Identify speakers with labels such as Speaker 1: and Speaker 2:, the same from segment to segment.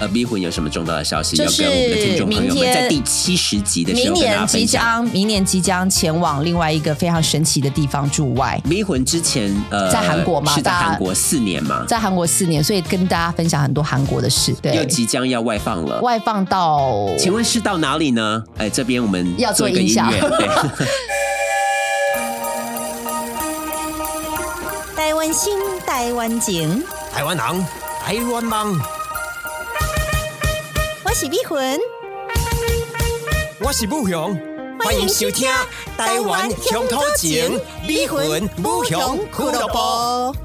Speaker 1: 呃，B 魂有什么重大的消息
Speaker 2: 就
Speaker 1: 要跟我们的听
Speaker 2: 是
Speaker 1: 众朋
Speaker 2: 明
Speaker 1: 友们在
Speaker 2: 天
Speaker 1: 第七十集的时
Speaker 2: 明
Speaker 1: 候跟大
Speaker 2: 年
Speaker 1: 家
Speaker 2: 即
Speaker 1: 分享？
Speaker 2: 将，明年即将前往另外一个非常神奇的地方驻外，
Speaker 1: 迷魂之前呃，
Speaker 2: 在韩国嘛
Speaker 1: 是在
Speaker 2: 大家
Speaker 1: 韩国四年嘛，
Speaker 2: 在韩国四年，所以跟大家分享很多韩国的事。
Speaker 1: 又
Speaker 2: 对，
Speaker 1: 即将要外放了。
Speaker 2: 外放到
Speaker 1: 请问是到哪里呢？哎，这边我们
Speaker 2: 要做
Speaker 1: 做一个
Speaker 2: 音
Speaker 1: 音
Speaker 2: 效
Speaker 1: 乐， 对，
Speaker 3: 台湾心，台湾情，
Speaker 4: 台湾人，台湾梦，
Speaker 3: 我是美魂，
Speaker 4: 我是武雄，
Speaker 3: 欢迎收听台湾乡土情，美魂武雄俱乐部。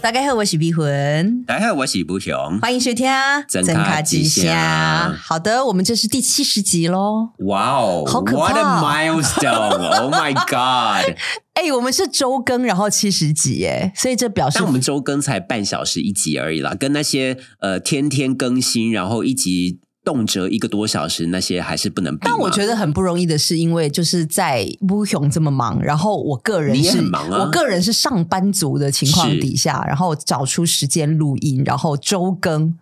Speaker 2: 大概好，我是碧魂。
Speaker 1: 大家好，我是不雄。
Speaker 2: 欢迎收听啊《
Speaker 1: 真卡之虾
Speaker 2: 好的，我们这是第七十集喽。
Speaker 1: 哇哦，
Speaker 2: 好可怕
Speaker 1: What a milestone！Oh my god！
Speaker 2: 哎、我们是周更，然后七十集耶，所以这表示
Speaker 1: 但我们周更才半小时一集而已啦，跟那些呃天天更新，然后一集动辄一个多小时那些还是不能比嘛。
Speaker 2: 但我觉得很不容易的是，因为就是在乌雄这么忙，然后我个人
Speaker 1: 你也
Speaker 2: 是，
Speaker 1: 很忙啊
Speaker 2: 我个人是上班族的情况
Speaker 1: 是
Speaker 2: 底下，然后找出时间录音，然后周更，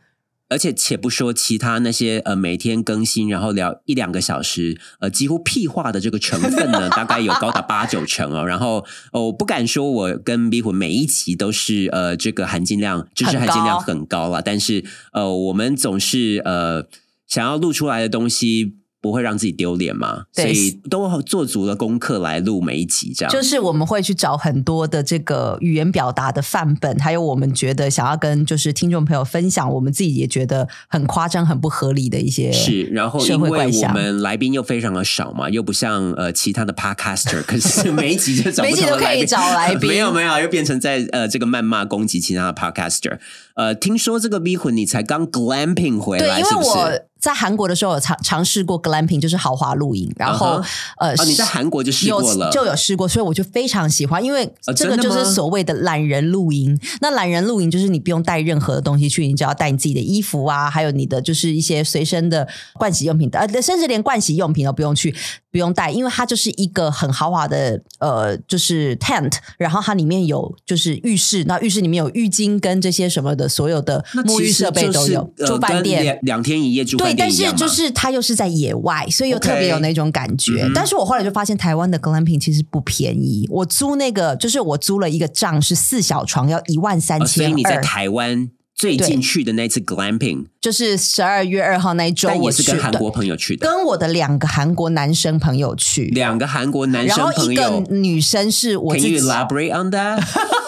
Speaker 1: 而且且不说其他那些呃每天更新，然后聊一两个小时，呃几乎屁话的这个成分呢，大概有高达八九成哦。 然后哦，我不敢说我跟逼魂每一集都是呃这个含金量知识含金量很高啦，但是呃我们总是呃想要录出来的东西。不会让自己丢脸嘛，所
Speaker 2: 对
Speaker 1: 以都做足了功课来录每一集，这样
Speaker 2: 就是我们会去找很多的这个语言表达的范本，还有我们觉得想要跟就是听众朋友分享，我们自己也觉得很夸张、很不合理的一些
Speaker 1: 是，然后
Speaker 2: 社
Speaker 1: 因
Speaker 2: 会
Speaker 1: 为
Speaker 2: 怪
Speaker 1: 我
Speaker 2: 象。
Speaker 1: 们来宾又非常的少嘛，又不像呃其他的 podcaster，可是 每一集就找
Speaker 2: 每一
Speaker 1: 不
Speaker 2: 集
Speaker 1: 同的
Speaker 2: 都可以
Speaker 1: 来宾
Speaker 2: 找来 宾
Speaker 1: 没有没有，又变成在呃这个谩骂攻击其他的 podcaster。呃，听说这个 V 魂你才刚 glamping 回
Speaker 2: 对，
Speaker 1: 来，
Speaker 2: 因为
Speaker 1: 是哦不是？
Speaker 2: 我在韩国的时候有尝尝试过 glamping，就是豪华露营，然后、
Speaker 1: 嗯哼
Speaker 2: 呃、
Speaker 1: 哦，你在韩国就试
Speaker 2: 有
Speaker 1: 过了，
Speaker 2: 就有试过，所以我就非常喜欢，因为
Speaker 1: 呃
Speaker 2: 这
Speaker 1: 真
Speaker 2: 个
Speaker 1: 的
Speaker 2: 就
Speaker 1: 吗
Speaker 2: 是所谓的懒人露营。那懒人露营就是你不用带任何的东西去，你只要带你自己的衣服啊，还有你的就是一些随身的盥洗用品，呃，甚至连盥洗用品都不用去，不用带，因为它就是一个很豪华的呃，就是 tent，然后它里面有就是浴室，那浴室里面有浴巾跟这些什么的，所有的
Speaker 1: 那
Speaker 2: 沐
Speaker 1: 其
Speaker 2: 浴
Speaker 1: 实
Speaker 2: 设备
Speaker 1: 就
Speaker 2: 都
Speaker 1: 是
Speaker 2: 有，
Speaker 1: 呃
Speaker 2: 住饭
Speaker 1: 跟
Speaker 2: 店
Speaker 1: 两两天一夜住
Speaker 2: 对，
Speaker 1: 饭店
Speaker 2: 但
Speaker 1: 一
Speaker 2: 是
Speaker 1: 样嘛。
Speaker 2: 就是它又是在野外，所以又
Speaker 1: OK
Speaker 2: 特别有那种感觉。
Speaker 1: 嗯哼
Speaker 2: 但是我后来就发现，台湾的 glamping 其实不便宜。我租那个，就是我租了一个帐是四小床，要一万三
Speaker 1: 呃所
Speaker 2: 千
Speaker 1: 以你在
Speaker 2: 二，
Speaker 1: 台湾最
Speaker 2: 对
Speaker 1: 近去的那次 glamping，
Speaker 2: 就是十二月二号那一周
Speaker 1: 但也
Speaker 2: 我
Speaker 1: 是
Speaker 2: 去
Speaker 1: 跟韩
Speaker 2: 的，
Speaker 1: 国朋友去的，
Speaker 2: 跟我的两个韩国男生朋友去。
Speaker 1: 两个韩国男
Speaker 2: 然
Speaker 1: 生
Speaker 2: 后
Speaker 1: 朋
Speaker 2: 一个
Speaker 1: 友。
Speaker 2: 女生是我
Speaker 1: Can
Speaker 2: 自
Speaker 1: you
Speaker 2: 己
Speaker 1: elaborate on that？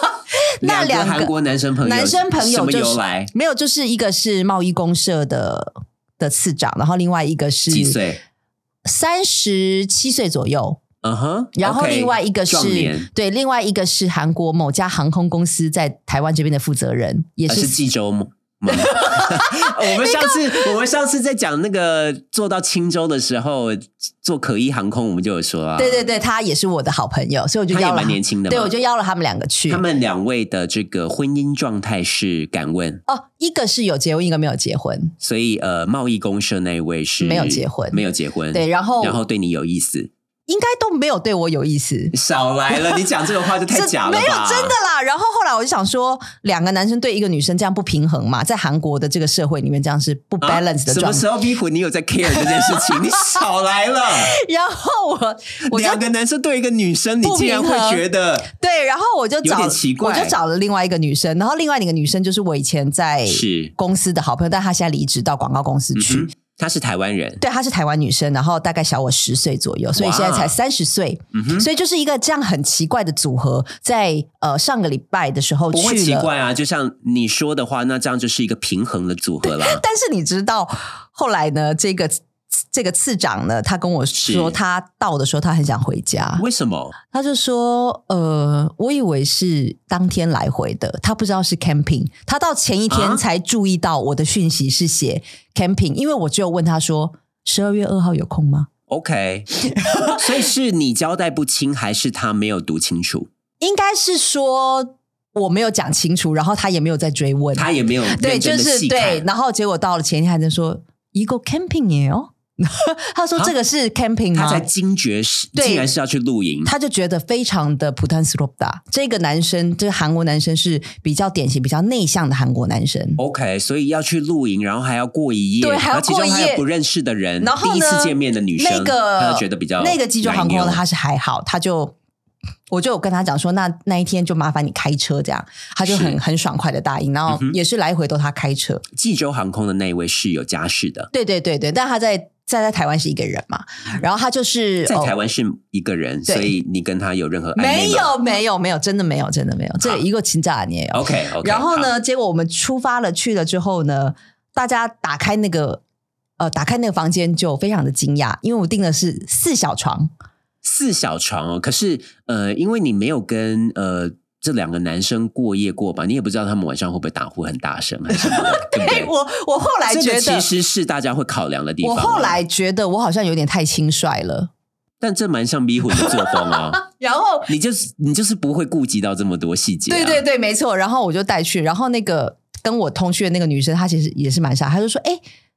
Speaker 2: 那
Speaker 1: 两
Speaker 2: 两个
Speaker 1: 韩国男生朋友，
Speaker 2: 男生朋
Speaker 1: 什
Speaker 2: 友
Speaker 1: 么
Speaker 2: 就
Speaker 1: 由
Speaker 2: 是嗯
Speaker 1: 来？
Speaker 2: 没有，就是一个是贸易公社的的次长，然后另外一个是
Speaker 1: 几岁？
Speaker 2: 三十七岁左右，
Speaker 1: 嗯哼。
Speaker 2: 然后
Speaker 1: OK，
Speaker 2: 另外一个是
Speaker 1: 壮年，
Speaker 2: 对，另外一个是韩国某家航空公司在台湾这边的负责人，也
Speaker 1: 还啊呃是
Speaker 2: 是
Speaker 1: 济州 吗？吗 我们上次我们上次在讲那个坐到青州的时候，坐可一航空，我们就有说啊，
Speaker 2: 对对对，他也是我的好朋友，所以我就
Speaker 1: 他也
Speaker 2: 邀了
Speaker 1: 蛮年轻的嘛
Speaker 2: 对我就邀了他们两个去。
Speaker 1: 他们两位的这个婚姻状态是敢问，
Speaker 2: 哦，一个是有结婚，一个没有结婚。
Speaker 1: 所以呃，贸易公社那一位是
Speaker 2: 没有结婚
Speaker 1: 没有结婚，
Speaker 2: 对，然后
Speaker 1: 嗯然后对你有意思，
Speaker 2: 应该都没有对我有意思，
Speaker 1: 少来 了，你讲这种话就太
Speaker 2: 这
Speaker 1: 假了吧？
Speaker 2: 没有真的啦。然后后来我就想说，两个男生对一个女生这样不平衡嘛，在韩国的这个社会里面，这样是不
Speaker 1: 啊
Speaker 2: balance 的
Speaker 1: 什么
Speaker 2: 状态。
Speaker 1: 时候逼婚？你有在 care 这件事情？你少来了！
Speaker 2: 然后我我就
Speaker 1: 两个男生对一个女生，你
Speaker 2: 不
Speaker 1: 竟然
Speaker 2: 平
Speaker 1: 会
Speaker 2: 衡
Speaker 1: 觉得嗯
Speaker 2: 对，然后我就
Speaker 1: 有
Speaker 2: 找
Speaker 1: 点奇怪
Speaker 2: 我就找了另外一个女生，然后另外一个女生就是我以前在
Speaker 1: 是
Speaker 2: 公司的好朋友，但她现在离职到广告公司去。
Speaker 1: 嗯哼他是台湾人，
Speaker 2: 对，她是台湾女生，然后大概小我十岁左右，所以现在才
Speaker 1: 哇
Speaker 2: 三十岁，
Speaker 1: 嗯哼，
Speaker 2: 所以就是一个这样很奇怪的组合。在呃上个礼拜的时候
Speaker 1: 不会
Speaker 2: 去
Speaker 1: 奇
Speaker 2: 了，
Speaker 1: 怪啊。就像你说的话，那这样就是一个平衡的组合 啦。
Speaker 2: 但是你知道后来呢，这个这个次长呢，他跟我说，
Speaker 1: 是
Speaker 2: 他到的时候他很想回家，
Speaker 1: 为什么？
Speaker 2: 他就说：“呃，我以为是当天来回的，他不知道是 camping。他到前一天
Speaker 1: 啊
Speaker 2: 才注意到我的讯息是写 camping，因为我只有问他说：十二月二号有空吗？
Speaker 1: OK，所以是你交代不清，还是他没有读清楚？
Speaker 2: 应该是说我没有讲清楚，然后他也没有再追问。
Speaker 1: 他也没有
Speaker 2: 对，
Speaker 1: 认
Speaker 2: 就
Speaker 1: 真的
Speaker 2: 是
Speaker 1: 细看
Speaker 2: 对，然后结果到了前一天还在说一个 camping 耶哦， 他说这个是 camping
Speaker 1: 啊他
Speaker 2: 吗
Speaker 1: 才？惊觉是
Speaker 2: 嗯对
Speaker 1: 竟然是要去露营。
Speaker 2: 他就觉得非常的普坦斯洛达。这个男生，这个韩国男生是比较典型、比较内向的韩国男生。
Speaker 1: OK，所以要去露营，然后还要过一夜，
Speaker 2: 对还要
Speaker 1: 然后其中
Speaker 2: 过一
Speaker 1: 还
Speaker 2: 夜
Speaker 1: 有不认识的人，
Speaker 2: 然后呢
Speaker 1: 第一次见面的女生，
Speaker 2: 那个
Speaker 1: 他就觉得比较
Speaker 2: 那个急救航空
Speaker 1: 奶
Speaker 2: 的
Speaker 1: 牛
Speaker 2: 他是还好，他就我就有跟他讲说，那那一天就麻烦你开车这样，他就很
Speaker 1: 是嗯
Speaker 2: 很爽快的答应，然后也是来回都他开车，
Speaker 1: 济州航空的那一位是有家室的，
Speaker 2: 对对对对，但他在在在台湾是一个人嘛，然后他就是
Speaker 1: 嗯在
Speaker 2: 哦
Speaker 1: 台湾是一个人，
Speaker 2: 对
Speaker 1: 所以你跟他有任何暧昧
Speaker 2: 没
Speaker 1: 吗
Speaker 2: 有没有没有，真的没有真的没有，这个一个请假你也有。
Speaker 1: ？OK OK。
Speaker 2: 然后
Speaker 1: 好？
Speaker 2: 呢，结果我们出发了去了之后呢，大家打开那个呃打开那个房间就非常的惊讶，因为我订的是四小床，
Speaker 1: 四小床哦，可是呃，因为你没有跟呃。这两个男生过夜过吧，你也不知道他们晚上会不会打呼很大声，还是什么 的对不对？
Speaker 2: 哎我我后来
Speaker 1: 这
Speaker 2: 觉
Speaker 1: 个
Speaker 2: 得
Speaker 1: 其实是大家会考量的地
Speaker 2: 我
Speaker 1: 方。啊
Speaker 2: 后，来觉得我好像有点太轻率了，
Speaker 1: 但这蛮像逼婚的作风 哦。
Speaker 2: 然后
Speaker 1: 你就是你就是不会顾及到这么多细节、啊。
Speaker 2: 对对对，没错，然后我就带去，然后那个跟我同去的那个女生，她其实也是蛮傻，她就说：“哎、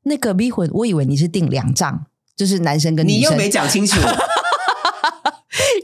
Speaker 2: 那个逼婚，我以为你是订两张，就是男生跟
Speaker 1: 你
Speaker 2: 女
Speaker 1: 又
Speaker 2: 生。
Speaker 1: 没讲清楚，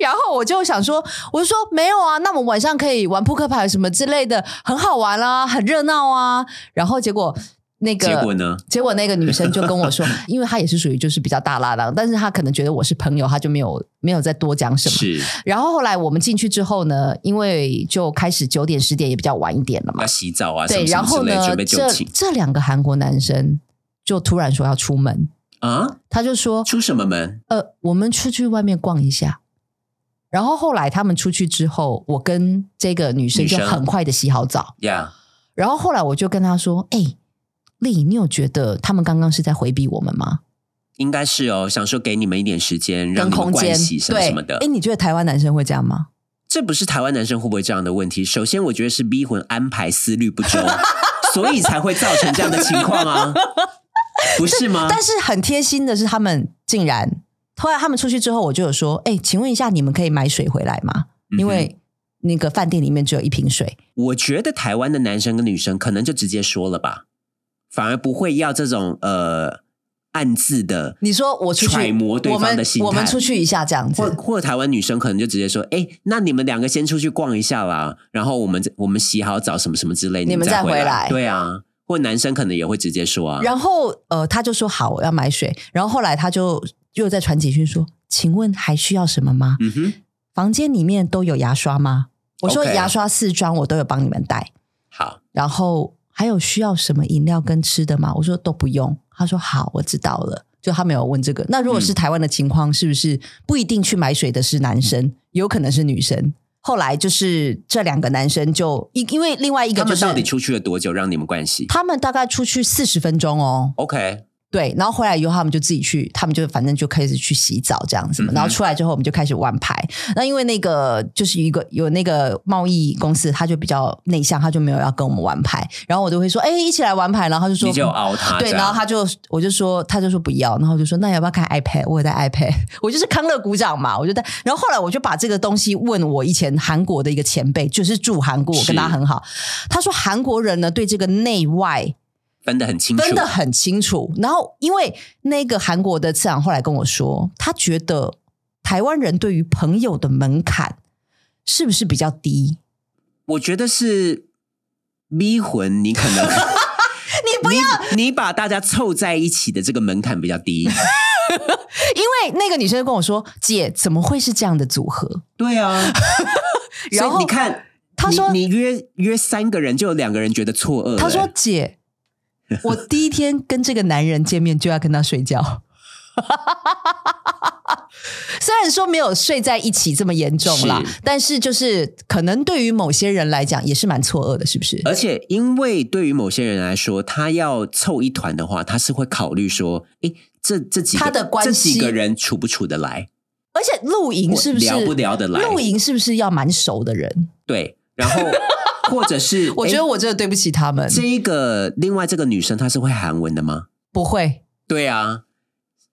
Speaker 2: 然后我就想说，我就说没有啊，那我们晚上可以玩扑克牌什么之类的，很好玩啊，很热闹啊。然后结果那个
Speaker 1: 结果呢？
Speaker 2: 结果那个女生就跟 我说，因为她也是属于就是比较大拉郎，但是她可能觉得我是朋友，她就没有没有再多讲什么。
Speaker 1: 是
Speaker 2: 然后后来我们进去之后呢，因为就开始九点十点也比较晚一点了嘛
Speaker 1: 要，洗澡啊，什
Speaker 2: 对，
Speaker 1: 么什
Speaker 2: 然
Speaker 1: 么
Speaker 2: 后
Speaker 1: 之类，
Speaker 2: 呢
Speaker 1: 准备，就
Speaker 2: 这
Speaker 1: 寝
Speaker 2: 这两个韩国男生就突然说要出门，
Speaker 1: 啊？
Speaker 2: 他就说
Speaker 1: 出什么门？
Speaker 2: 呃，我们出去外面逛一下。然后后来他们出去之后，我跟这个女生
Speaker 1: 女
Speaker 2: 就
Speaker 1: 生
Speaker 2: 很快的洗好澡，
Speaker 1: 呀、
Speaker 2: 然后后来我就跟她说：“哎、丽，你有觉得他们刚刚是在回避我们吗？
Speaker 1: 应该是哦，想说给你们一点时间，让你们
Speaker 2: 跟空
Speaker 1: 关
Speaker 2: 间
Speaker 1: 系什么
Speaker 2: 对
Speaker 1: 什么的
Speaker 2: 哎，。你觉得台湾男生会这样吗？
Speaker 1: 这不是台湾男生会不会这样的问题。首先，我觉得是逼魂安排思虑不周， 所以才会造成这样的情况啊，不是吗？
Speaker 2: 但是很贴心的是，他们竟然后来他们出去之后，我就有说：“哎、请问一下，你们可以买水回来吗？
Speaker 1: 嗯哼
Speaker 2: 因为那个饭店里面只有一瓶水。
Speaker 1: 我觉得台湾的男生跟女生可能就直接说了吧，反而不会要这种呃暗自的”。
Speaker 2: 你说我出去
Speaker 1: 揣摩对
Speaker 2: 我们
Speaker 1: 方的心态
Speaker 2: 我们出去一下这样
Speaker 1: 或
Speaker 2: 子。
Speaker 1: 或台湾女生可能就直接说，哎、那你们两个先出去逛一下啦，然后我们我们洗好澡什么什么之类，
Speaker 2: 你们
Speaker 1: 们
Speaker 2: 再
Speaker 1: 回
Speaker 2: 回来
Speaker 1: 对啊，或男生可能也会直接说啊，
Speaker 2: 然后呃，他就说好，我要买水。然后后来他就又在传简讯说：“请问还需要什么吗？
Speaker 1: 嗯哼，
Speaker 2: 房间里面都有牙刷吗？”我说：“
Speaker 1: OK
Speaker 2: 牙刷、四装我都有帮你们带。
Speaker 1: 好，”
Speaker 2: 然后还有需要什么饮料跟吃的吗？我说都不用。他说好，我知道了。就他没有问这个。那如果
Speaker 1: 嗯
Speaker 2: 是台湾的情况，是不是不一定去买水的是男生，有可能是女生？后来就是这两个男生就因因为另外一个
Speaker 1: 他
Speaker 2: 就
Speaker 1: 们
Speaker 2: 是
Speaker 1: 到底出去了多久，让你们关系
Speaker 2: 他们大概出去四十分钟哦，
Speaker 1: ？OK，
Speaker 2: 对，然后回来以后，他们就自己去，他们就反正就开始去洗澡这样子嘛。
Speaker 1: 嗯哼
Speaker 2: 然后出来之后，我们就开始玩牌。那因为那个就是一个有那个贸易公司，他就比较内向，他就没有要跟我们玩牌。然后我都会说，哎、一起来玩牌。然后他就说嗯
Speaker 1: 你就熬他啊这
Speaker 2: 对，
Speaker 1: 样，
Speaker 2: 然后他就我就说，他就说不要，然后我就说那要不要看 iPad？我有带 iPad，我 就是康乐鼓掌嘛，我就带。然后后来我就把这个东西问我以前韩国的一个前辈，就是住韩国，我跟他
Speaker 1: 是
Speaker 2: 很好。他说韩国人呢对这个内外
Speaker 1: 分得很清楚，
Speaker 2: 分得很清楚。然后因为那个韩国的次长后来跟我说，他觉得台湾人对于朋友的门槛是不是比较低？
Speaker 1: 我觉得是逼魂，你可能
Speaker 2: 你不要，
Speaker 1: 你你把大家凑在一起的这个门槛比较 低。
Speaker 2: 因为那个女生就跟我说：“姐，怎么会是这样的组合
Speaker 1: 对啊，
Speaker 2: 然后
Speaker 1: 所以你看，
Speaker 2: 他说
Speaker 1: 你你约约三个人，就有两个人觉得错愕、？”
Speaker 2: 她说
Speaker 1: 欸：“
Speaker 2: 姐，我第一天跟这个男人见面就要跟他睡觉。” 虽然说没有睡在一起这么严重啦，
Speaker 1: 是
Speaker 2: 但是就是可能对于某些人来讲也是蛮错愕的，是不是？
Speaker 1: 而且因为对于某些人来说，他要凑一团的话，他是会考虑说，诶，这这几个
Speaker 2: 他的关
Speaker 1: 这
Speaker 2: 系
Speaker 1: 几个人处不处得来，
Speaker 2: 而且露营是不是
Speaker 1: 聊不聊得来？
Speaker 2: 露营是不是要蛮熟的人？
Speaker 1: 对，然后或者是
Speaker 2: 我觉得
Speaker 1: 诶
Speaker 2: 我真的对不起他们，
Speaker 1: 这一个另外这个女生她是会韩文的吗？
Speaker 2: 不会。
Speaker 1: 对啊，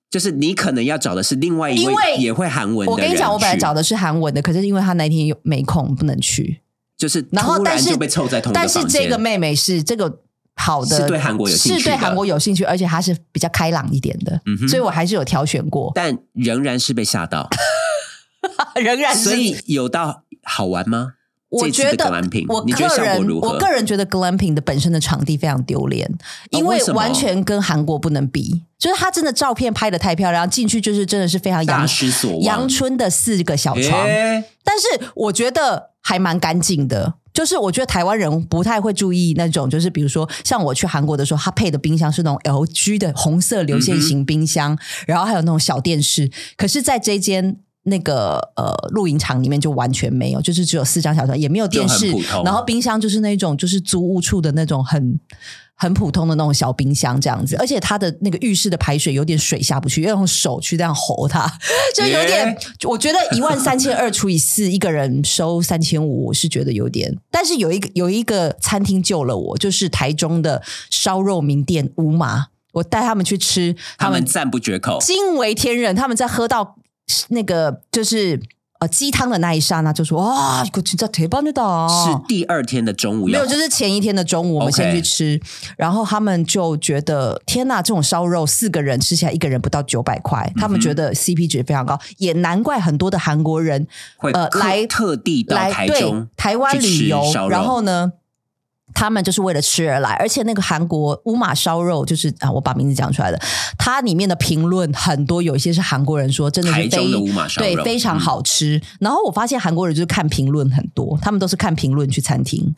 Speaker 1: 就是你可能要找的是另外一
Speaker 2: 因
Speaker 1: 位
Speaker 2: 为
Speaker 1: 也会韩文的人去。
Speaker 2: 我跟你讲，我本来找的是韩文的，可是因为他那天有没空，不能去。
Speaker 1: 就是
Speaker 2: 然后
Speaker 1: 突
Speaker 2: 但
Speaker 1: 然
Speaker 2: 是
Speaker 1: 就被凑在同一个
Speaker 2: 但是
Speaker 1: 房
Speaker 2: 这
Speaker 1: 间
Speaker 2: 个妹妹是这个好的，
Speaker 1: 是对韩国有兴趣的
Speaker 2: 是对韩国有兴趣，而且他是比较开朗一点的，
Speaker 1: 嗯哼
Speaker 2: 所以我还是有挑选过，
Speaker 1: 但仍然是被吓到，
Speaker 2: 仍然
Speaker 1: 所
Speaker 2: 是
Speaker 1: 以有到好玩吗？
Speaker 2: 我
Speaker 1: 这次
Speaker 2: 觉
Speaker 1: 的
Speaker 2: 得
Speaker 1: 格兰品
Speaker 2: 我
Speaker 1: 你觉得
Speaker 2: 个
Speaker 1: 效果
Speaker 2: 人
Speaker 1: 如何
Speaker 2: 我个人觉得 glamping 的本身的场地非常丢脸，
Speaker 1: 哦
Speaker 2: 因为
Speaker 1: 为什么
Speaker 2: 完全跟韩国不能比。就是他真的照片拍的太漂亮，进去就是真的是非常
Speaker 1: 大啊哎
Speaker 2: 阳
Speaker 1: 失所望
Speaker 2: 阳。春的四个小床，
Speaker 1: 诶
Speaker 2: 但是我觉得还蛮干净的。就是我觉得台湾人不太会注意那种，就是比如说像我去韩国的时候，他配的冰箱是那种 LG 的红色流线型冰箱，然后还有那种小电视。可是，在这间那个呃露营场里面就完全没有，就是只有四张小床，也没有电视
Speaker 1: 就很普，通啊
Speaker 2: 然后冰箱就是那种就是租屋处的那种很很普通的那种小冰箱这样子。而且它的那个浴室的排水有点水下不去，要用手去这样吼它，就有点
Speaker 1: 耶，
Speaker 2: 我觉得一万三千二除以四，一个人收三千五，我是觉得有点。但是有一个有一个餐厅救了我，就是台中的烧肉名店乌麻，我带他们去吃，
Speaker 1: 他
Speaker 2: 们
Speaker 1: 们赞不绝口，
Speaker 2: 惊为天人，他们在喝到那个就是呃鸡汤的那一刹那，就说哇，我진짜대박이다，
Speaker 1: 是第二天的中午
Speaker 2: 哦没
Speaker 1: 要
Speaker 2: 有，就是前一天的中午，我们
Speaker 1: OK
Speaker 2: 先去吃然后他们就觉得天呐，这种烧肉四个人吃起来一个人不到九百
Speaker 1: 嗯
Speaker 2: 块，他们觉得 CP 值非常高，也难怪很多的韩国人
Speaker 1: 会
Speaker 2: 呃
Speaker 1: 特
Speaker 2: 来
Speaker 1: 特地到
Speaker 2: 来
Speaker 1: 台
Speaker 2: 对
Speaker 1: 中
Speaker 2: 台湾
Speaker 1: 去
Speaker 2: 旅
Speaker 1: 吃
Speaker 2: 游
Speaker 1: 烧，肉
Speaker 2: 然后呢？他们就是为了吃而来，而且那个韩国乌马烧肉就是啊，我把名字讲出来了，它里面的评论很多，有一些是韩国人说真的是
Speaker 1: 台
Speaker 2: 非
Speaker 1: 中的乌马烧肉，
Speaker 2: 对非常
Speaker 1: 嗯。
Speaker 2: 好吃。然后我发现韩国人就是看评论很多，他们都是看评论去餐厅。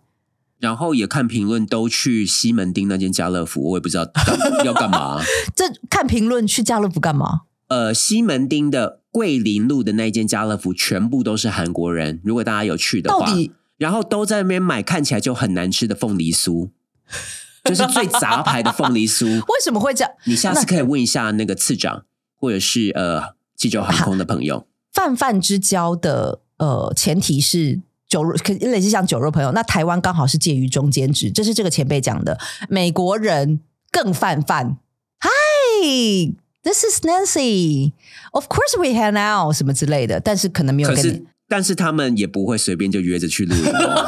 Speaker 1: 然后也看评论，都去西门町那间家乐福，我也不知道干 要干嘛。
Speaker 2: 这看评论去家乐福干嘛？
Speaker 1: 呃，西门町的桂林路的那间家乐福，全部都是韩国人。如果大家有去的
Speaker 2: 到
Speaker 1: 话，
Speaker 2: 底
Speaker 1: 然后都在那边买看起来就很难吃的凤梨酥，就是最杂牌的凤梨酥。
Speaker 2: 为什么会这样？
Speaker 1: 你下次可以问一下那个次长，或者是呃济州航空的朋友。
Speaker 2: 泛泛之交的呃前提是酒肉，可类似像酒肉朋友。那台湾刚好是介于中间值，这是这个前辈讲的。美国人更泛泛。Hi, this is Nancy. Of course we hang out 什么之类的，但是可能没有
Speaker 1: 可
Speaker 2: 跟
Speaker 1: 是
Speaker 2: 你。，
Speaker 1: 但是他们也不会随便就约着去露营 哦。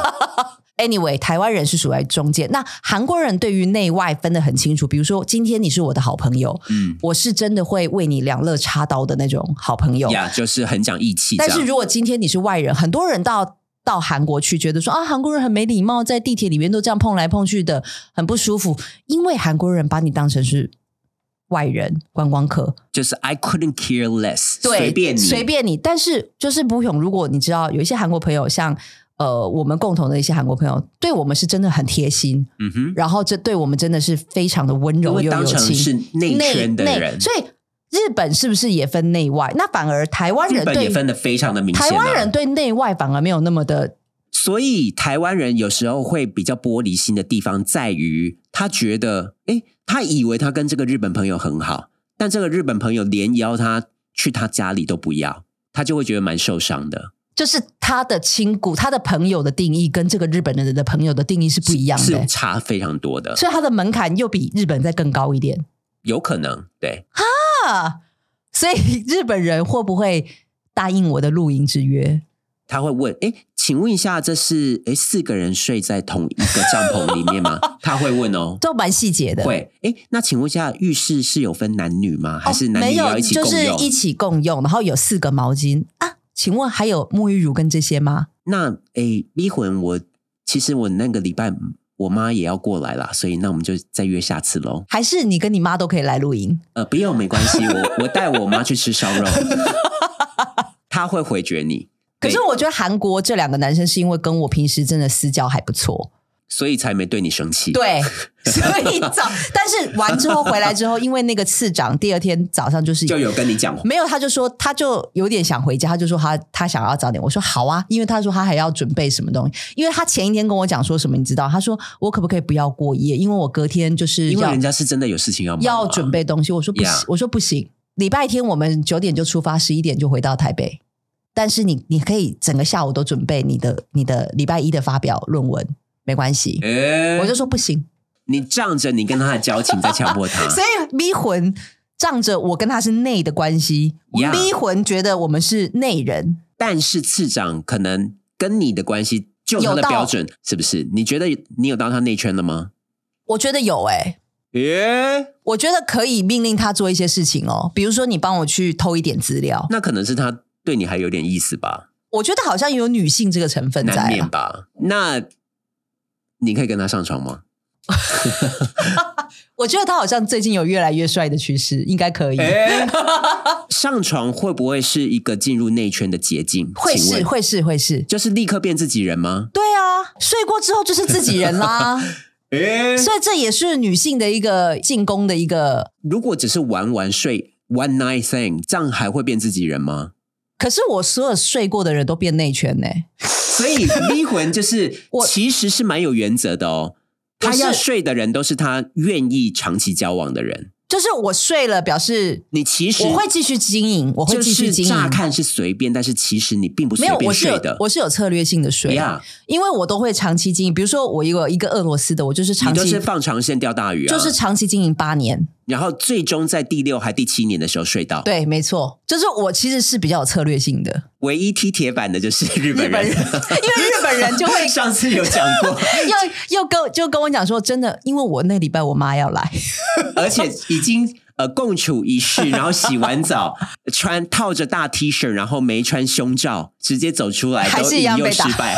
Speaker 2: Anyway，台湾人是属于在中间。那韩国人对于内外分得很清楚。比如说，今天你是我的好朋友，
Speaker 1: 嗯，
Speaker 2: 我是真的会为你两肋插刀的那种好朋友。
Speaker 1: 呀，就是很讲义气这
Speaker 2: 但
Speaker 1: 样。
Speaker 2: 是如果今天你是外人，很多人到到韩国去，觉得说啊，韩国人很没礼貌，在地铁里面都这样碰来碰去的，很不舒服。因为韩国人把你当成是外人、观光客，
Speaker 1: 就是 I couldn't care less，
Speaker 2: 对，
Speaker 1: 随便你，
Speaker 2: 随便你。但是就是不勇，如果你知道有一些韩国朋友，像呃我们共同的一些韩国朋友，对我们是真的很贴心，
Speaker 1: 嗯哼，
Speaker 2: 然后这对我们真的是非常的温
Speaker 1: 因
Speaker 2: 柔
Speaker 1: 为
Speaker 2: 又
Speaker 1: 当
Speaker 2: 有
Speaker 1: 成
Speaker 2: 情。
Speaker 1: 是内圈的
Speaker 2: 内
Speaker 1: 人，
Speaker 2: 所以日本是不是也分内外？那反而台湾
Speaker 1: 日
Speaker 2: 人
Speaker 1: 本
Speaker 2: 对
Speaker 1: 也分得非常的明显、啊。
Speaker 2: 台湾人对内外反而没有那么的
Speaker 1: 所以台湾人有时候会比较玻璃心的地方在于，他觉得，诶，他以为他跟这个日本朋友很好，但这个日本朋友连邀他去他家里都不要，他就会觉得蛮受伤的，
Speaker 2: 就是他的亲骨，他的朋友的定义跟这个日本人的朋友的定义是不一样的
Speaker 1: 是，差非常多的，
Speaker 2: 所以他的门槛又比日本再更高一点
Speaker 1: 有可能对。
Speaker 2: 啊。所以日本人会不会答应我的露营之约？
Speaker 1: 他会问：“诶，请问一下，这是诶四个人睡在同一个帐篷里面 吗？”他会问哦，
Speaker 2: 都蛮细节的，
Speaker 1: 会。诶，那请问一下，浴室是有分男女吗？还是
Speaker 2: 哦
Speaker 1: 男女
Speaker 2: 没
Speaker 1: 也要
Speaker 2: 有，
Speaker 1: 一起
Speaker 2: 就
Speaker 1: 共
Speaker 2: 是
Speaker 1: 用？
Speaker 2: 一起共用，然后有四个毛巾啊。请问还有沐浴乳跟这些吗？
Speaker 1: 那诶，逼魂我其实我那个礼拜我妈也要过来啦，所以那我们就再约下次喽。
Speaker 2: 还是你跟你妈都可以来露营？
Speaker 1: 呃，不用没关系，我我带我妈去吃烧 肉，她会回绝你，
Speaker 2: 可是
Speaker 1: 对
Speaker 2: 我觉得韩国这两个男生是因为跟我平时真的私交还不错，
Speaker 1: 所以才没对你生气。，
Speaker 2: 对，所以早，但是完之后回来之后，因为那个次长第二天早上就是
Speaker 1: 就有跟你讲话。
Speaker 2: 没有，他就说他就有点想回家，他就说他他想要早点。我说好啊，因为他说他还要准备什么东西，因为他前一天跟我讲说什么，你知道，他说我可不可以不要过夜，因为我隔天就是
Speaker 1: 因为
Speaker 2: 要
Speaker 1: 人家是真的有事情要忙啊
Speaker 2: 要准备东西。我说不行
Speaker 1: Yeah
Speaker 2: 我说不行，礼拜天我们九点就出发，十一点就回到台北。但是你你可以整个下午都准备你的你的礼拜一的发表论文，没关系。
Speaker 1: 诶，
Speaker 2: 我就说不行，
Speaker 1: 你仗着你跟她的交情在强迫 她，
Speaker 2: 所以迷魂仗着我跟他是内的关系，
Speaker 1: Yeah
Speaker 2: 迷魂觉得我们是内人，
Speaker 1: 但是次长可能跟你的关系，就他
Speaker 2: 有
Speaker 1: 的
Speaker 2: 到
Speaker 1: 标准是不是？你觉得你有到他内圈了吗？
Speaker 2: 我觉得有哎、
Speaker 1: 耶，
Speaker 2: 我觉得可以命令他做一些事情哦，比如说你帮我去偷一点资料，
Speaker 1: 那可能是他对你还有点意思吧，
Speaker 2: 我觉得好像有女性这个成分在、
Speaker 1: 难免
Speaker 2: 啊，
Speaker 1: 吧？那你可以跟他上床吗？
Speaker 2: 我觉得他好像最近有越来越帅的趋势，应该可以，
Speaker 1: 哎，上床会不会是一个进入内圈的捷径？
Speaker 2: 会
Speaker 1: 请
Speaker 2: 是
Speaker 1: 问，
Speaker 2: 会是会是，
Speaker 1: 就是立刻变自己人吗？
Speaker 2: 对啊，睡过之后就是自己 人啦，
Speaker 1: 哎，
Speaker 2: 所以这也是女性的一个进攻的一个。
Speaker 1: 如果只是玩玩睡 one night thing，这样还会变自己人吗？
Speaker 2: 可是我所有睡过的人都变内圈呢、
Speaker 1: 所以逼魂就是
Speaker 2: 我
Speaker 1: 其实是蛮有原则的哦。
Speaker 2: 我
Speaker 1: 他
Speaker 2: 是
Speaker 1: 要睡的人都是他愿意长期交往的人。
Speaker 2: 就是我睡了，表示
Speaker 1: 你其实
Speaker 2: 我会继续经营，我会
Speaker 1: 就
Speaker 2: 继续
Speaker 1: 是
Speaker 2: 经营。
Speaker 1: 乍看是随便，但是其实你并不
Speaker 2: 没
Speaker 1: 随
Speaker 2: 有，
Speaker 1: 便
Speaker 2: 我是
Speaker 1: 睡
Speaker 2: 有
Speaker 1: 的。
Speaker 2: 我是有策略性的睡
Speaker 1: 呀
Speaker 2: 因为我都会长期经营。比如说，我有一个俄罗斯的，我就是
Speaker 1: 你
Speaker 2: 长
Speaker 1: 都
Speaker 2: 期
Speaker 1: 是放长线钓大鱼啊，
Speaker 2: 就是长期经营八年。
Speaker 1: 然后最终在第六还第七年的时候睡到。，
Speaker 2: 对，没错，就是我其实是比较有策略性的
Speaker 1: 唯一踢铁板的就是日本人。
Speaker 2: 因为日本人就会
Speaker 1: 上次有讲过，
Speaker 2: 又又跟我就跟我讲说，真的，因为我那礼拜我妈要来，
Speaker 1: 而且已经呃共处一室，然后洗完 澡，穿套着大 T 恤，然后没穿胸罩，直接走出来，
Speaker 2: 还
Speaker 1: 都
Speaker 2: 是一样
Speaker 1: 引诱
Speaker 2: 被
Speaker 1: 失
Speaker 2: 打
Speaker 1: 败。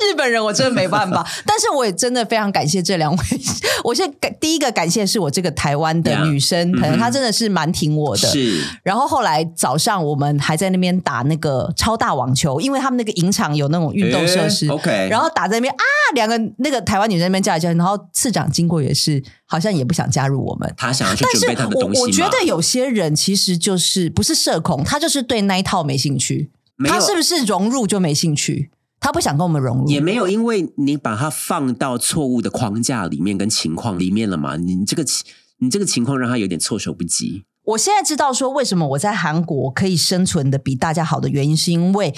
Speaker 2: 日本人我真的没办 法，但是我也真的非常感谢这两位。 我现在感第一个感谢是我这个台湾的
Speaker 1: Yeah，
Speaker 2: 女生朋
Speaker 1: 嗯
Speaker 2: 友，
Speaker 1: 哼
Speaker 2: 她真的是蛮挺我的。
Speaker 1: 是，
Speaker 2: 然后后来早上我们还在那边打那个超大网球，因为他们那个影场有那种运动设施。
Speaker 1: 诶 OK
Speaker 2: 然后打在那边啊，两个那个台湾女生在那边叫来叫去，然后次长经过也是，好像也不想加入我们。
Speaker 1: 他想要去
Speaker 2: 但
Speaker 1: 准备
Speaker 2: 是
Speaker 1: 他的
Speaker 2: 我
Speaker 1: 东西
Speaker 2: 我觉
Speaker 1: 嘛
Speaker 2: 得有些人其实就是不是社恐，他就是对那一套没兴趣。
Speaker 1: 没有
Speaker 2: 他是不是融入就没兴趣？他不想跟我们融入，
Speaker 1: 也没有，因为你把它放到错误的框架里面跟情况里面了嘛，你这个情你这个情况让他有点措手不及。
Speaker 2: 我现在知道说为什么我在韩国可以生存的比大家好的原因，是因为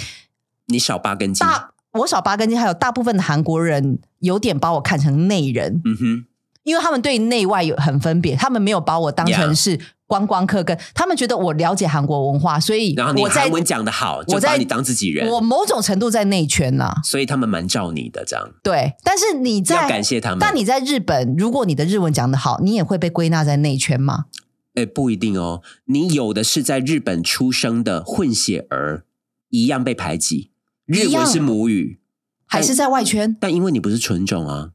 Speaker 1: 你少八根筋，
Speaker 2: 大我少八根筋，还有大部分的韩国人有点把我看成内人，
Speaker 1: 嗯哼，
Speaker 2: 因为他们对内外有很分别，他们没有把我当成是观光客跟他们觉得我了解韩国文化，所以
Speaker 1: 然后你
Speaker 2: 我在
Speaker 1: 韩文讲的好，
Speaker 2: 我
Speaker 1: 就
Speaker 2: 在
Speaker 1: 把你当自己人，
Speaker 2: 我某种程度在内圈呐、
Speaker 1: 所以他们蛮照你的这样，
Speaker 2: 对，但是你
Speaker 1: 要
Speaker 2: 在
Speaker 1: 感谢他们。
Speaker 2: 但你在日本，如果你的日文讲得好，你也会被归纳在内圈吗？
Speaker 1: 诶，不一定哦，你有的是在日本出生的混血儿，一样被排挤，日
Speaker 2: 一
Speaker 1: 文
Speaker 2: 样
Speaker 1: 是母语，哎
Speaker 2: 还是在外圈？
Speaker 1: 但因为你不是纯种啊，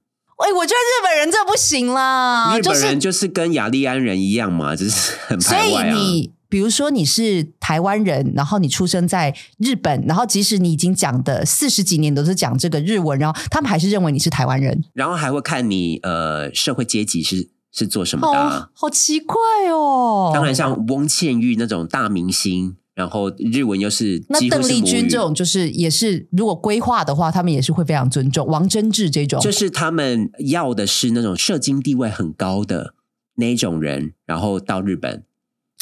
Speaker 2: 哎、我觉得日本人这不行啦，
Speaker 1: 日
Speaker 2: 啊就
Speaker 1: 本
Speaker 2: 是
Speaker 1: 人就是跟雅利安人一样嘛，只是很
Speaker 2: 所
Speaker 1: 排外
Speaker 2: 以
Speaker 1: 啊。
Speaker 2: 你比如说你是台湾人，然后你出生在日本，然后即使你已经讲的四十几年都是讲这个日文，然后他们还是认为你是台湾人，
Speaker 1: 然后还会看你呃社会阶级是是做什么的、
Speaker 2: 哦
Speaker 1: 啊。，
Speaker 2: 好奇怪哦。
Speaker 1: 当然，像翁倩玉那种大明星，然后日文又是
Speaker 2: 那
Speaker 1: 几
Speaker 2: 邓
Speaker 1: 乎是
Speaker 2: 丽
Speaker 1: 母
Speaker 2: 君
Speaker 1: 语
Speaker 2: 这，种就是也是，如果规划的话，他们也是会非常尊重。王贞治这种，
Speaker 1: 就是他们要的是那种社经地位很高的那一种人，然后到日本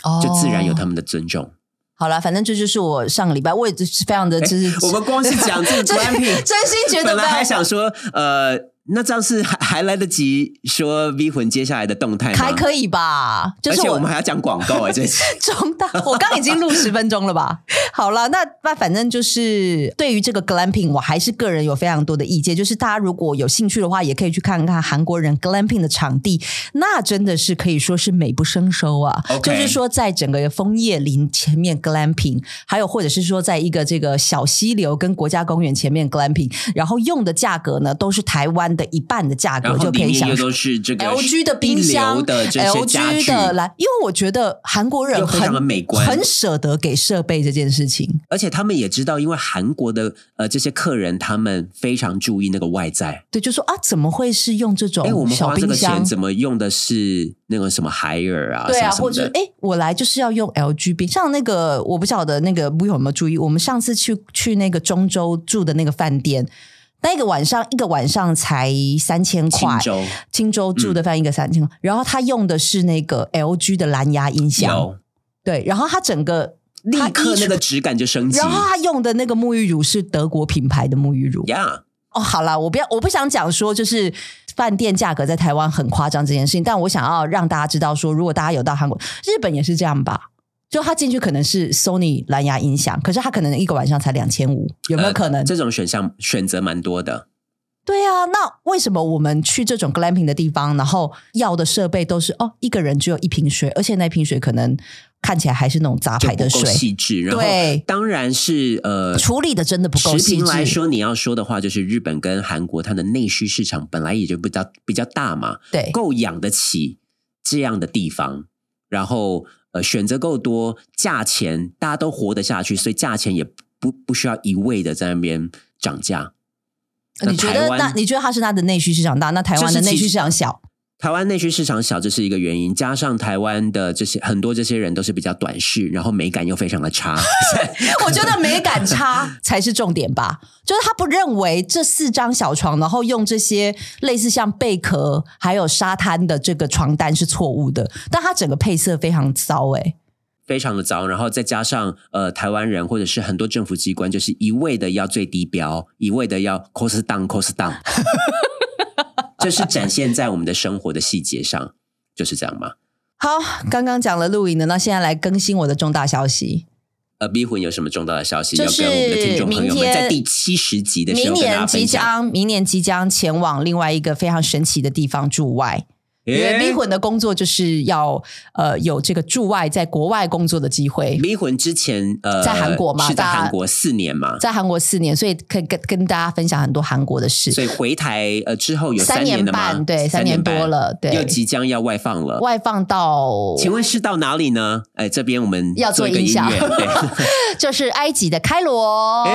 Speaker 2: 哦
Speaker 1: 就自然有他们的尊重。
Speaker 2: 好了，反正这就是我上个礼拜，我也是非常的就是、
Speaker 1: 哎 我们光是讲这
Speaker 2: 真
Speaker 1: 个 观品，
Speaker 2: 真心觉得
Speaker 1: 本
Speaker 2: 非
Speaker 1: 来
Speaker 2: 常
Speaker 1: 还想说呃。那这样是还还来得及说 V 魂接下来的动态吗？
Speaker 2: 还可以吧，就
Speaker 1: 而
Speaker 2: 是
Speaker 1: 且
Speaker 2: 我
Speaker 1: 我们还要讲广告哎、 这次
Speaker 2: 中大，我刚已经录十分钟了 吧？好了，那那反正就是对于这个 glamping，我还是个人有非常多的意见，就是大家如果有兴趣的话，也可以去看看韩国人 glamping 的场地，那真的是可以说是美不胜收啊。
Speaker 1: OK
Speaker 2: 就是说，在整个枫叶林前面 glamping，还有或者是说，在一个这个小溪流跟国家公园前面 glamping，然后用的价格呢都是台湾的一半的价
Speaker 1: 然后
Speaker 2: 格，就可
Speaker 1: 里
Speaker 2: 以
Speaker 1: 面
Speaker 2: 享
Speaker 1: 又
Speaker 2: 受。
Speaker 1: 都是 这个
Speaker 2: LG 的冰
Speaker 1: 一
Speaker 2: 箱
Speaker 1: 流的这些家具
Speaker 2: ，LG 的来，因为我觉得韩国人
Speaker 1: 又非常
Speaker 2: 很
Speaker 1: 的美观
Speaker 2: 很舍得给设备这件事情。
Speaker 1: 而且他们也知道，因为韩国的呃这些客人，他们非常注意那个外在。
Speaker 2: 对，就说啊，怎么会是用这
Speaker 1: 哎，我
Speaker 2: 种
Speaker 1: 们
Speaker 2: 哦小
Speaker 1: 花这
Speaker 2: 冰
Speaker 1: 个
Speaker 2: 箱
Speaker 1: 钱？怎么用的是那个什么海尔啊，
Speaker 2: 对啊，
Speaker 1: 什
Speaker 2: 或
Speaker 1: 么
Speaker 2: 者
Speaker 1: 什
Speaker 2: 是
Speaker 1: 么的。
Speaker 2: 哎，我来就是要用 LG 冰，像那个我不晓得那个不有没有注意，我们上次去去那个中州住的那个饭店，那个晚上一个晚上才三千块
Speaker 1: 青，州嗯
Speaker 2: 青州住的饭店一个三千块，然后他用的是那个 LG 的蓝牙音响，
Speaker 1: 有
Speaker 2: 对，然后他整个
Speaker 1: 立
Speaker 2: 他
Speaker 1: 刻
Speaker 2: 衣
Speaker 1: 那
Speaker 2: 橱
Speaker 1: 个质感就升级
Speaker 2: 然后他用的那个沐浴乳是德国品牌的沐浴乳。
Speaker 1: 呀。
Speaker 2: 哦，好啦，我不要，我不想讲说就是饭店价格在台湾很夸张这件事情，但我想要让大家知道说，如果大家有到韩国、日本也是这样吧。就他进去可能是 Sony 蓝牙
Speaker 1: 呃
Speaker 2: 音响，可是他可能一个晚上才两千五，有没有可能？
Speaker 1: 这种选项选择蛮多的，
Speaker 2: 对啊，那为什么我们去这种 glamping 的地方，然后要的设备都是哦，一个人只有一瓶水，而且那瓶水可能看起来还是那种杂
Speaker 1: 就
Speaker 2: 牌的
Speaker 1: 不够
Speaker 2: 水，
Speaker 1: 细致。然后
Speaker 2: 对
Speaker 1: 当然是呃，
Speaker 2: 处理的真的不够
Speaker 1: 食
Speaker 2: 细
Speaker 1: 品来
Speaker 2: 致。
Speaker 1: 说，你要说的话，就是日本跟韩国它的内需市场本来也就比较比较大嘛，
Speaker 2: 对，
Speaker 1: 够养得起这样的地方，然后呃选择够多，价钱大家都活得下去，所以价钱也不不需要一味的在那边涨价。
Speaker 2: 你觉得
Speaker 1: 台湾
Speaker 2: 那你觉得它是它的内需市场大，那台湾的
Speaker 1: 就是
Speaker 2: 内
Speaker 1: 其
Speaker 2: 需市 场小？
Speaker 1: 台湾内需市场小，这是一个原因，加上台湾的这些很多这些人都是比较短视，然后美感又非常的差，
Speaker 2: 我觉得美感差 才是重点吧，就是他不认为这四张小床，然后用这些类似像贝壳还有沙滩的这个床单是错误的，但它整个配色非常糟哎、
Speaker 1: 非常的糟。然后再加上呃，台湾人或者是很多政府机关，就是一味的要最低标，一味的要 cost down cost down，这是展现在我们的生活的细节上，就是这样嘛。
Speaker 2: 好，刚刚讲了露营的，那现在来更新我的重大消息。
Speaker 1: 呃，B 魂有什么重大的消息、
Speaker 2: 就是
Speaker 1: 要跟我们的听众朋友
Speaker 2: 明
Speaker 1: 们
Speaker 2: 天
Speaker 1: 在第七十集的时
Speaker 2: 明
Speaker 1: 候跟大
Speaker 2: 年
Speaker 1: 家
Speaker 2: 即
Speaker 1: 分享？
Speaker 2: 将，明年即将前往另外一个非常神奇的地方驻外。因为 B 魂的工作就是要呃有这个驻外在国外工作的机会，
Speaker 1: 迷魂之前呃
Speaker 2: 在韩国嘛
Speaker 1: 是在
Speaker 2: 大家
Speaker 1: 韩国四年嘛，
Speaker 2: 在韩国四年，所以可以跟跟大家分享很多韩国的事。
Speaker 1: 所以回台呃之后有
Speaker 2: 三
Speaker 1: 年的吗？
Speaker 2: 半，对，三
Speaker 1: 年
Speaker 2: 多
Speaker 1: 半，
Speaker 2: 了，对，
Speaker 1: 又即将要外放了。
Speaker 2: 外放到
Speaker 1: 请问是到哪里呢？哎，这边我们
Speaker 2: 要做
Speaker 1: 做一个
Speaker 2: 音
Speaker 1: 音
Speaker 2: 效
Speaker 1: 乐，对，
Speaker 2: 就是埃及的开罗，
Speaker 1: 诶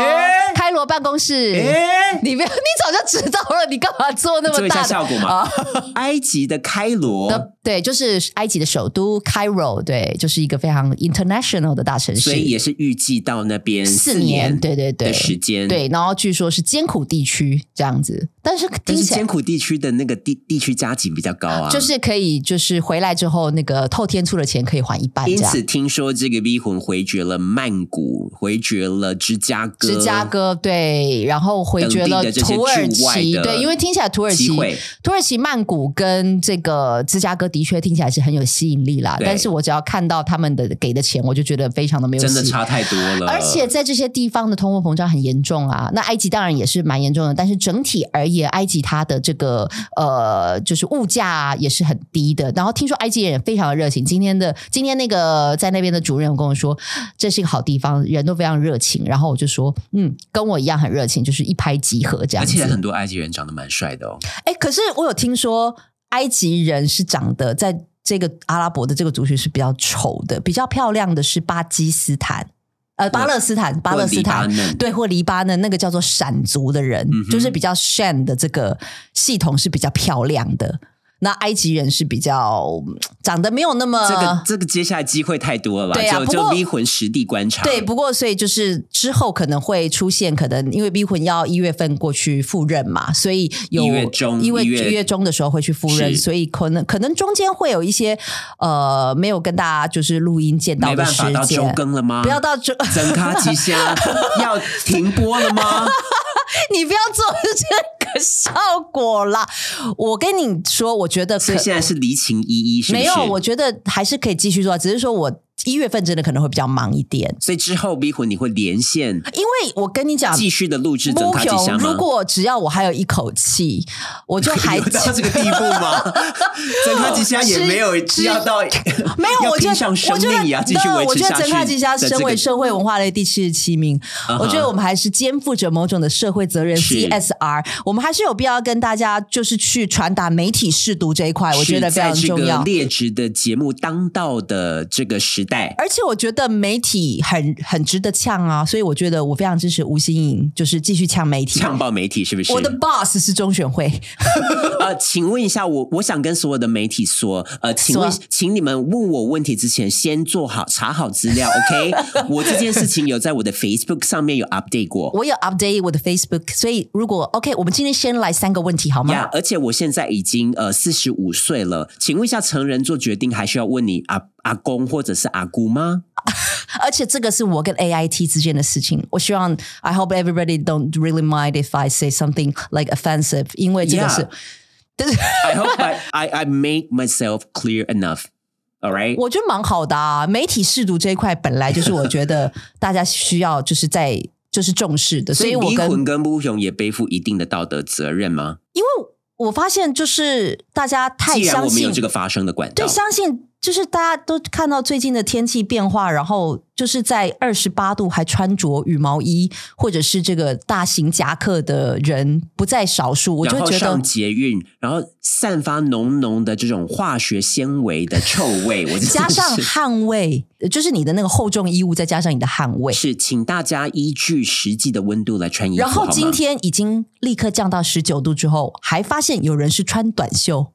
Speaker 2: 开罗办公室，
Speaker 1: 哎，
Speaker 2: 你不要，你早就知道了，你干嘛做那
Speaker 1: 做
Speaker 2: 么
Speaker 1: 一下
Speaker 2: 大的
Speaker 1: 效果嘛。
Speaker 2: 啊？
Speaker 1: 埃及的开罗，
Speaker 2: 的对，就是埃及的首都 Cairo，对，就是一个非常 international 的大城市，
Speaker 1: 所以也是预计到那边
Speaker 2: 四
Speaker 1: 年
Speaker 2: 年，对对对
Speaker 1: 的，时间，。
Speaker 2: 对，然后据说是艰苦地区这样子，但是
Speaker 1: 但
Speaker 2: 听
Speaker 1: 是
Speaker 2: 起来
Speaker 1: 艰。苦地区的那个地地区加级比较高啊，
Speaker 2: 就是可以，就是回来之后，那个透天厝的钱可以还一半，这
Speaker 1: 因
Speaker 2: 样。
Speaker 1: 此听说这个 V 魂回绝了曼谷，回绝了芝加哥，
Speaker 2: 芝加哥对，然后回绝
Speaker 1: 等
Speaker 2: 了
Speaker 1: 地的这些
Speaker 2: 土耳
Speaker 1: 驻外
Speaker 2: 其，
Speaker 1: 的
Speaker 2: 对，因为听起来土耳其
Speaker 1: 机会，
Speaker 2: 土耳其曼谷跟这个芝加哥的确听起来是很有吸引力啦，
Speaker 1: 对
Speaker 2: 但是我只要看到他们的给的钱，我就觉得非常的没有
Speaker 1: 真的
Speaker 2: 吸引
Speaker 1: 差太多了。
Speaker 2: 而且在这些地方的通货膨胀很严重啊，那埃及当然也是蛮严重的，但是整体而言，埃及它的这个呃，就是物价、啊、也是很低的。然后听说埃及人也非常的热情，今天的今天那个在那边的主任跟我说，这是一个好地方，人都非常热情。然后我就说，嗯，跟我一样很热情，就是一拍即合这样
Speaker 1: 而且
Speaker 2: 子。
Speaker 1: 很多埃及人长得蛮帅的哦，
Speaker 2: 哎，可是我有听说埃及人是长得在这个阿拉伯的这个族群是比较丑的，比较漂亮的是巴基斯坦。呃，巴勒斯坦，巴勒斯坦
Speaker 1: 或，黎巴嫩
Speaker 2: 对，或黎巴嫩那个叫做闪族的人，
Speaker 1: 嗯哼
Speaker 2: 就是比较 shan 的这个系统是比较漂亮的。那埃及人是比较嗯长得没有那么
Speaker 1: 这个这个接下来机会太多了吧？
Speaker 2: 呃对啊
Speaker 1: 就
Speaker 2: 不
Speaker 1: 就
Speaker 2: 过
Speaker 1: 迷魂实地观察，
Speaker 2: 对，不过所以就是之后可能会出现，可能因为 B 魂要一月份过去赴任嘛，所以有
Speaker 1: 一月中
Speaker 2: 因为
Speaker 1: 一月
Speaker 2: 一月中的时候会去赴任，
Speaker 1: 是
Speaker 2: 所以可能可能中间会有一些呃没有跟大家就是录音见到
Speaker 1: 没
Speaker 2: 的
Speaker 1: 办
Speaker 2: 时
Speaker 1: 法到周
Speaker 2: 间。
Speaker 1: 更了吗？
Speaker 2: 不要到周，
Speaker 1: 整咖吉虾要停播了 吗？
Speaker 2: 你不要做这个效果啦！我跟你说，我觉得可
Speaker 1: 所以现在是离情依依，是不
Speaker 2: 没
Speaker 1: 是？
Speaker 2: 有，我觉得还是可以继续做，只是说我一月份真的可能会比较忙一点，
Speaker 1: 所以之后逼魂你会连线
Speaker 2: 因为我跟你讲。
Speaker 1: 继续的录制整咖吉
Speaker 2: 雄
Speaker 1: 虾
Speaker 2: 啊如
Speaker 1: 吗？
Speaker 2: 果只要我还有一口气，我就 还
Speaker 1: 有到这个地步吗？ 整咖吉虾也没有
Speaker 2: 是
Speaker 1: 要到
Speaker 2: 没
Speaker 1: 要
Speaker 2: 有，我觉
Speaker 1: 拼
Speaker 2: 得
Speaker 1: 上
Speaker 2: 我
Speaker 1: 生
Speaker 2: 觉得
Speaker 1: 命也要继续
Speaker 2: no，
Speaker 1: 维
Speaker 2: 我
Speaker 1: 持
Speaker 2: 觉
Speaker 1: 下
Speaker 2: 得
Speaker 1: 去
Speaker 2: 陈
Speaker 1: 的
Speaker 2: 卡吉虾
Speaker 1: 这
Speaker 2: 身为
Speaker 1: 个
Speaker 2: 社会文化类第七十七名
Speaker 1: 嗯哼
Speaker 2: 我觉得我们还是肩负着某种的社会责任
Speaker 1: 是
Speaker 2: CSR，我们还是有必要跟大家就是去传达媒体试读这一块，我觉得
Speaker 1: 是
Speaker 2: 非常
Speaker 1: 在这
Speaker 2: 重
Speaker 1: 个
Speaker 2: 要。
Speaker 1: 劣质的节目当道的这个时代，
Speaker 2: 而且我觉得媒体很很值得呛啊，所以我觉得我非常支持吴新颖，就是继续呛媒体。
Speaker 1: 呛爆媒体是不是？
Speaker 2: 我的 boss 是中选会，
Speaker 1: 呃，请问一下，我我想跟所有的媒体说，呃，请问
Speaker 2: 说，
Speaker 1: 请你们问我问题之前，先做好查好资 料，OK？我这件事情有在我的 Facebook 上面有 update 过。
Speaker 2: 我有 update 我的 Facebook，所以如果 OK，我们今天先来三个问题好吗
Speaker 1: 呀而且我现在已经呃四十五岁了，请问一下，成人做决定还需要问你阿阿公或者是阿姑 吗？
Speaker 2: 而且这个是我跟 AIT 之间的事情，我希望 I hope everybody don't really mind if I say something like offensive，因为这个是
Speaker 1: Yeah. I hope I, I I make myself clear enough. All right.
Speaker 2: 我觉得蛮好的啊。媒体试读这一块本来就是我觉得大家需要就是在。就是重视的，所以我
Speaker 1: 离
Speaker 2: 跟
Speaker 1: 魂跟不雄也背负一定的道德责任吗？
Speaker 2: 因为我发现就是大家太
Speaker 1: 既然
Speaker 2: 相
Speaker 1: 我们
Speaker 2: 信
Speaker 1: 有这个发声的管道
Speaker 2: 对，，相信就是大家都看到最近的天气变化，然后就是在二十八度还穿着羽毛衣或者是这个大型夹克的人不在少数，我就
Speaker 1: 然后
Speaker 2: 觉得
Speaker 1: 上捷运，然后散发浓浓的这种化学纤维的臭味，我真的
Speaker 2: 加上
Speaker 1: 是
Speaker 2: 汗味，呃就是你的那个厚重衣物，再加上你的汗味。
Speaker 1: 是，请大家依据实际的温度来穿衣服。
Speaker 2: 然后
Speaker 1: 好吗
Speaker 2: 今天已经立刻降到十九度之后，还发现有人是穿短袖，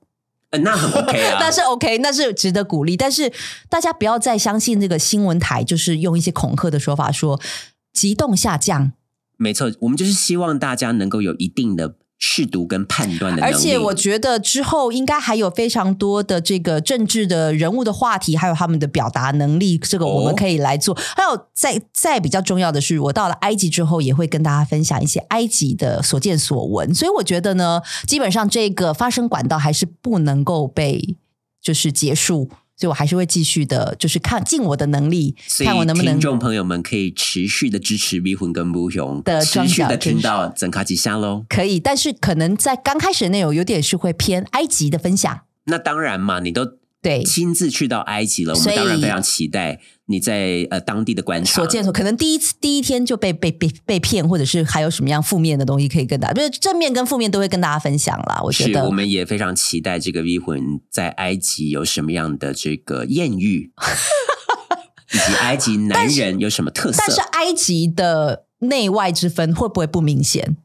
Speaker 1: 呃那 很 OK 啊，
Speaker 2: 那是 OK，那是值得鼓励。但是大家不要再相信这个新闻台，就是用一些恐吓的说法说急冻下降，
Speaker 1: 没错，我们就是希望大家能够有一定的适度跟判断的能
Speaker 2: 而
Speaker 1: 力。
Speaker 2: 且我觉得之后应该还有非常多的这个政治的人物的话题，还有他们的表达能力，这个我们
Speaker 1: 哦
Speaker 2: 可以来做。还有再再比较重要的是，我到了埃及之后，也会跟大家分享一些埃及的所见所闻。所以我觉得呢，基本上这个发声管道还是不能够被就是结束。所以我还是会继续的，就是看尽我的能力，
Speaker 1: 所
Speaker 2: 看我
Speaker 1: 以
Speaker 2: 能不能
Speaker 1: 听众朋友们可以持续的支持迷魂跟不雄
Speaker 2: 的
Speaker 1: 持续
Speaker 2: 庄脚
Speaker 1: 的
Speaker 2: 真
Speaker 1: 听
Speaker 2: 是
Speaker 1: 到整卡吉虾喽。
Speaker 2: 可以。但是可能在刚开始的内容有点是会偏埃及的分享，
Speaker 1: 那当然嘛，你都
Speaker 2: 对，
Speaker 1: 亲自去到埃及了，我
Speaker 2: 所以
Speaker 1: 们当然非常期待你在呃当地的观察
Speaker 2: 所。见所，可能第一次第一天就被被被被骗，或者是还有什么样负面的东西可以跟大家，就是正面跟负面都会跟大家分享啦。我觉
Speaker 1: 是
Speaker 2: 得
Speaker 1: 我们也非常期待这个迷魂在埃及有什么样的这个艳 遇，以及埃及男人有什么特色，
Speaker 2: 但是埃及的内外之分会不会不明显？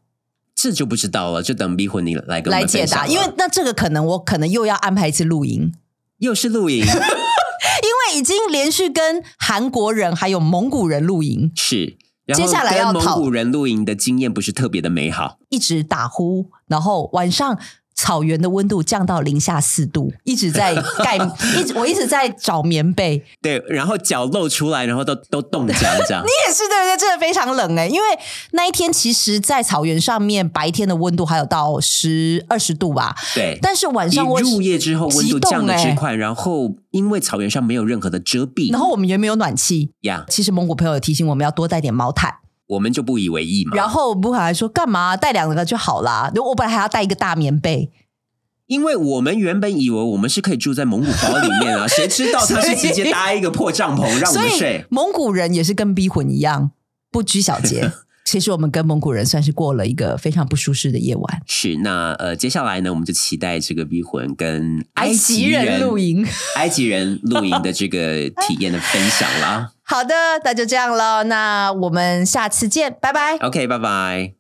Speaker 1: 这就不知道了，就等迷魂你来跟我
Speaker 2: 来
Speaker 1: 们
Speaker 2: 解
Speaker 1: 分享啊
Speaker 2: 答，
Speaker 1: 了
Speaker 2: 因为那这个可能我可能又要安排一次露营，
Speaker 1: 又是露 营，
Speaker 2: 因为已经连续跟韩国人还有蒙古人露营，
Speaker 1: 是。然
Speaker 2: 接
Speaker 1: 后
Speaker 2: 下来要
Speaker 1: 跟蒙
Speaker 2: 讨
Speaker 1: 古人露营的经验不是特别的美好，
Speaker 2: 一直打呼，然后晚上。草原的温度降到零下四度，一直在盖， 一直我一直在找棉被，
Speaker 1: 对，然后脚露出来，然后都都冻 僵这样。
Speaker 2: 也是对不对？真的非常冷哎、因为那一天其实，在草原上面白天的温度还有到十二十度吧，
Speaker 1: 对，
Speaker 2: 但是晚
Speaker 1: 你
Speaker 2: 上我
Speaker 1: 入夜之后温
Speaker 2: 极
Speaker 1: 度
Speaker 2: 冻
Speaker 1: 降的
Speaker 2: 欸
Speaker 1: 之快，然后因为草原上没有任何的遮蔽，
Speaker 2: 然后我们也没有暖气。
Speaker 1: 呀，
Speaker 2: 其实蒙古朋友有提醒我们要多带点毛毯，
Speaker 1: 我们就不以为意嘛。
Speaker 2: 然后布卡还说干嘛带两个就好啦。我本来还要带一个大棉被，
Speaker 1: 因为我们原本以为我们是可以住在蒙古包里面 啊，谁知道他是直接搭一个破帐篷让我
Speaker 2: 所
Speaker 1: 们
Speaker 2: 以
Speaker 1: 睡。
Speaker 2: 蒙古人也是跟逼魂一样不拘小 节。其实我们跟蒙古人算是过了一个非常不舒适的夜晚。
Speaker 1: 是，那呃，接下来呢，我们就期待这个迷魂跟埃及
Speaker 2: 人
Speaker 1: 人
Speaker 2: 露营。
Speaker 1: 埃及人露营的这个体验的分享啊啦。
Speaker 2: 好的，那就这样喽，那我们下次见，拜拜。
Speaker 1: OK，拜拜。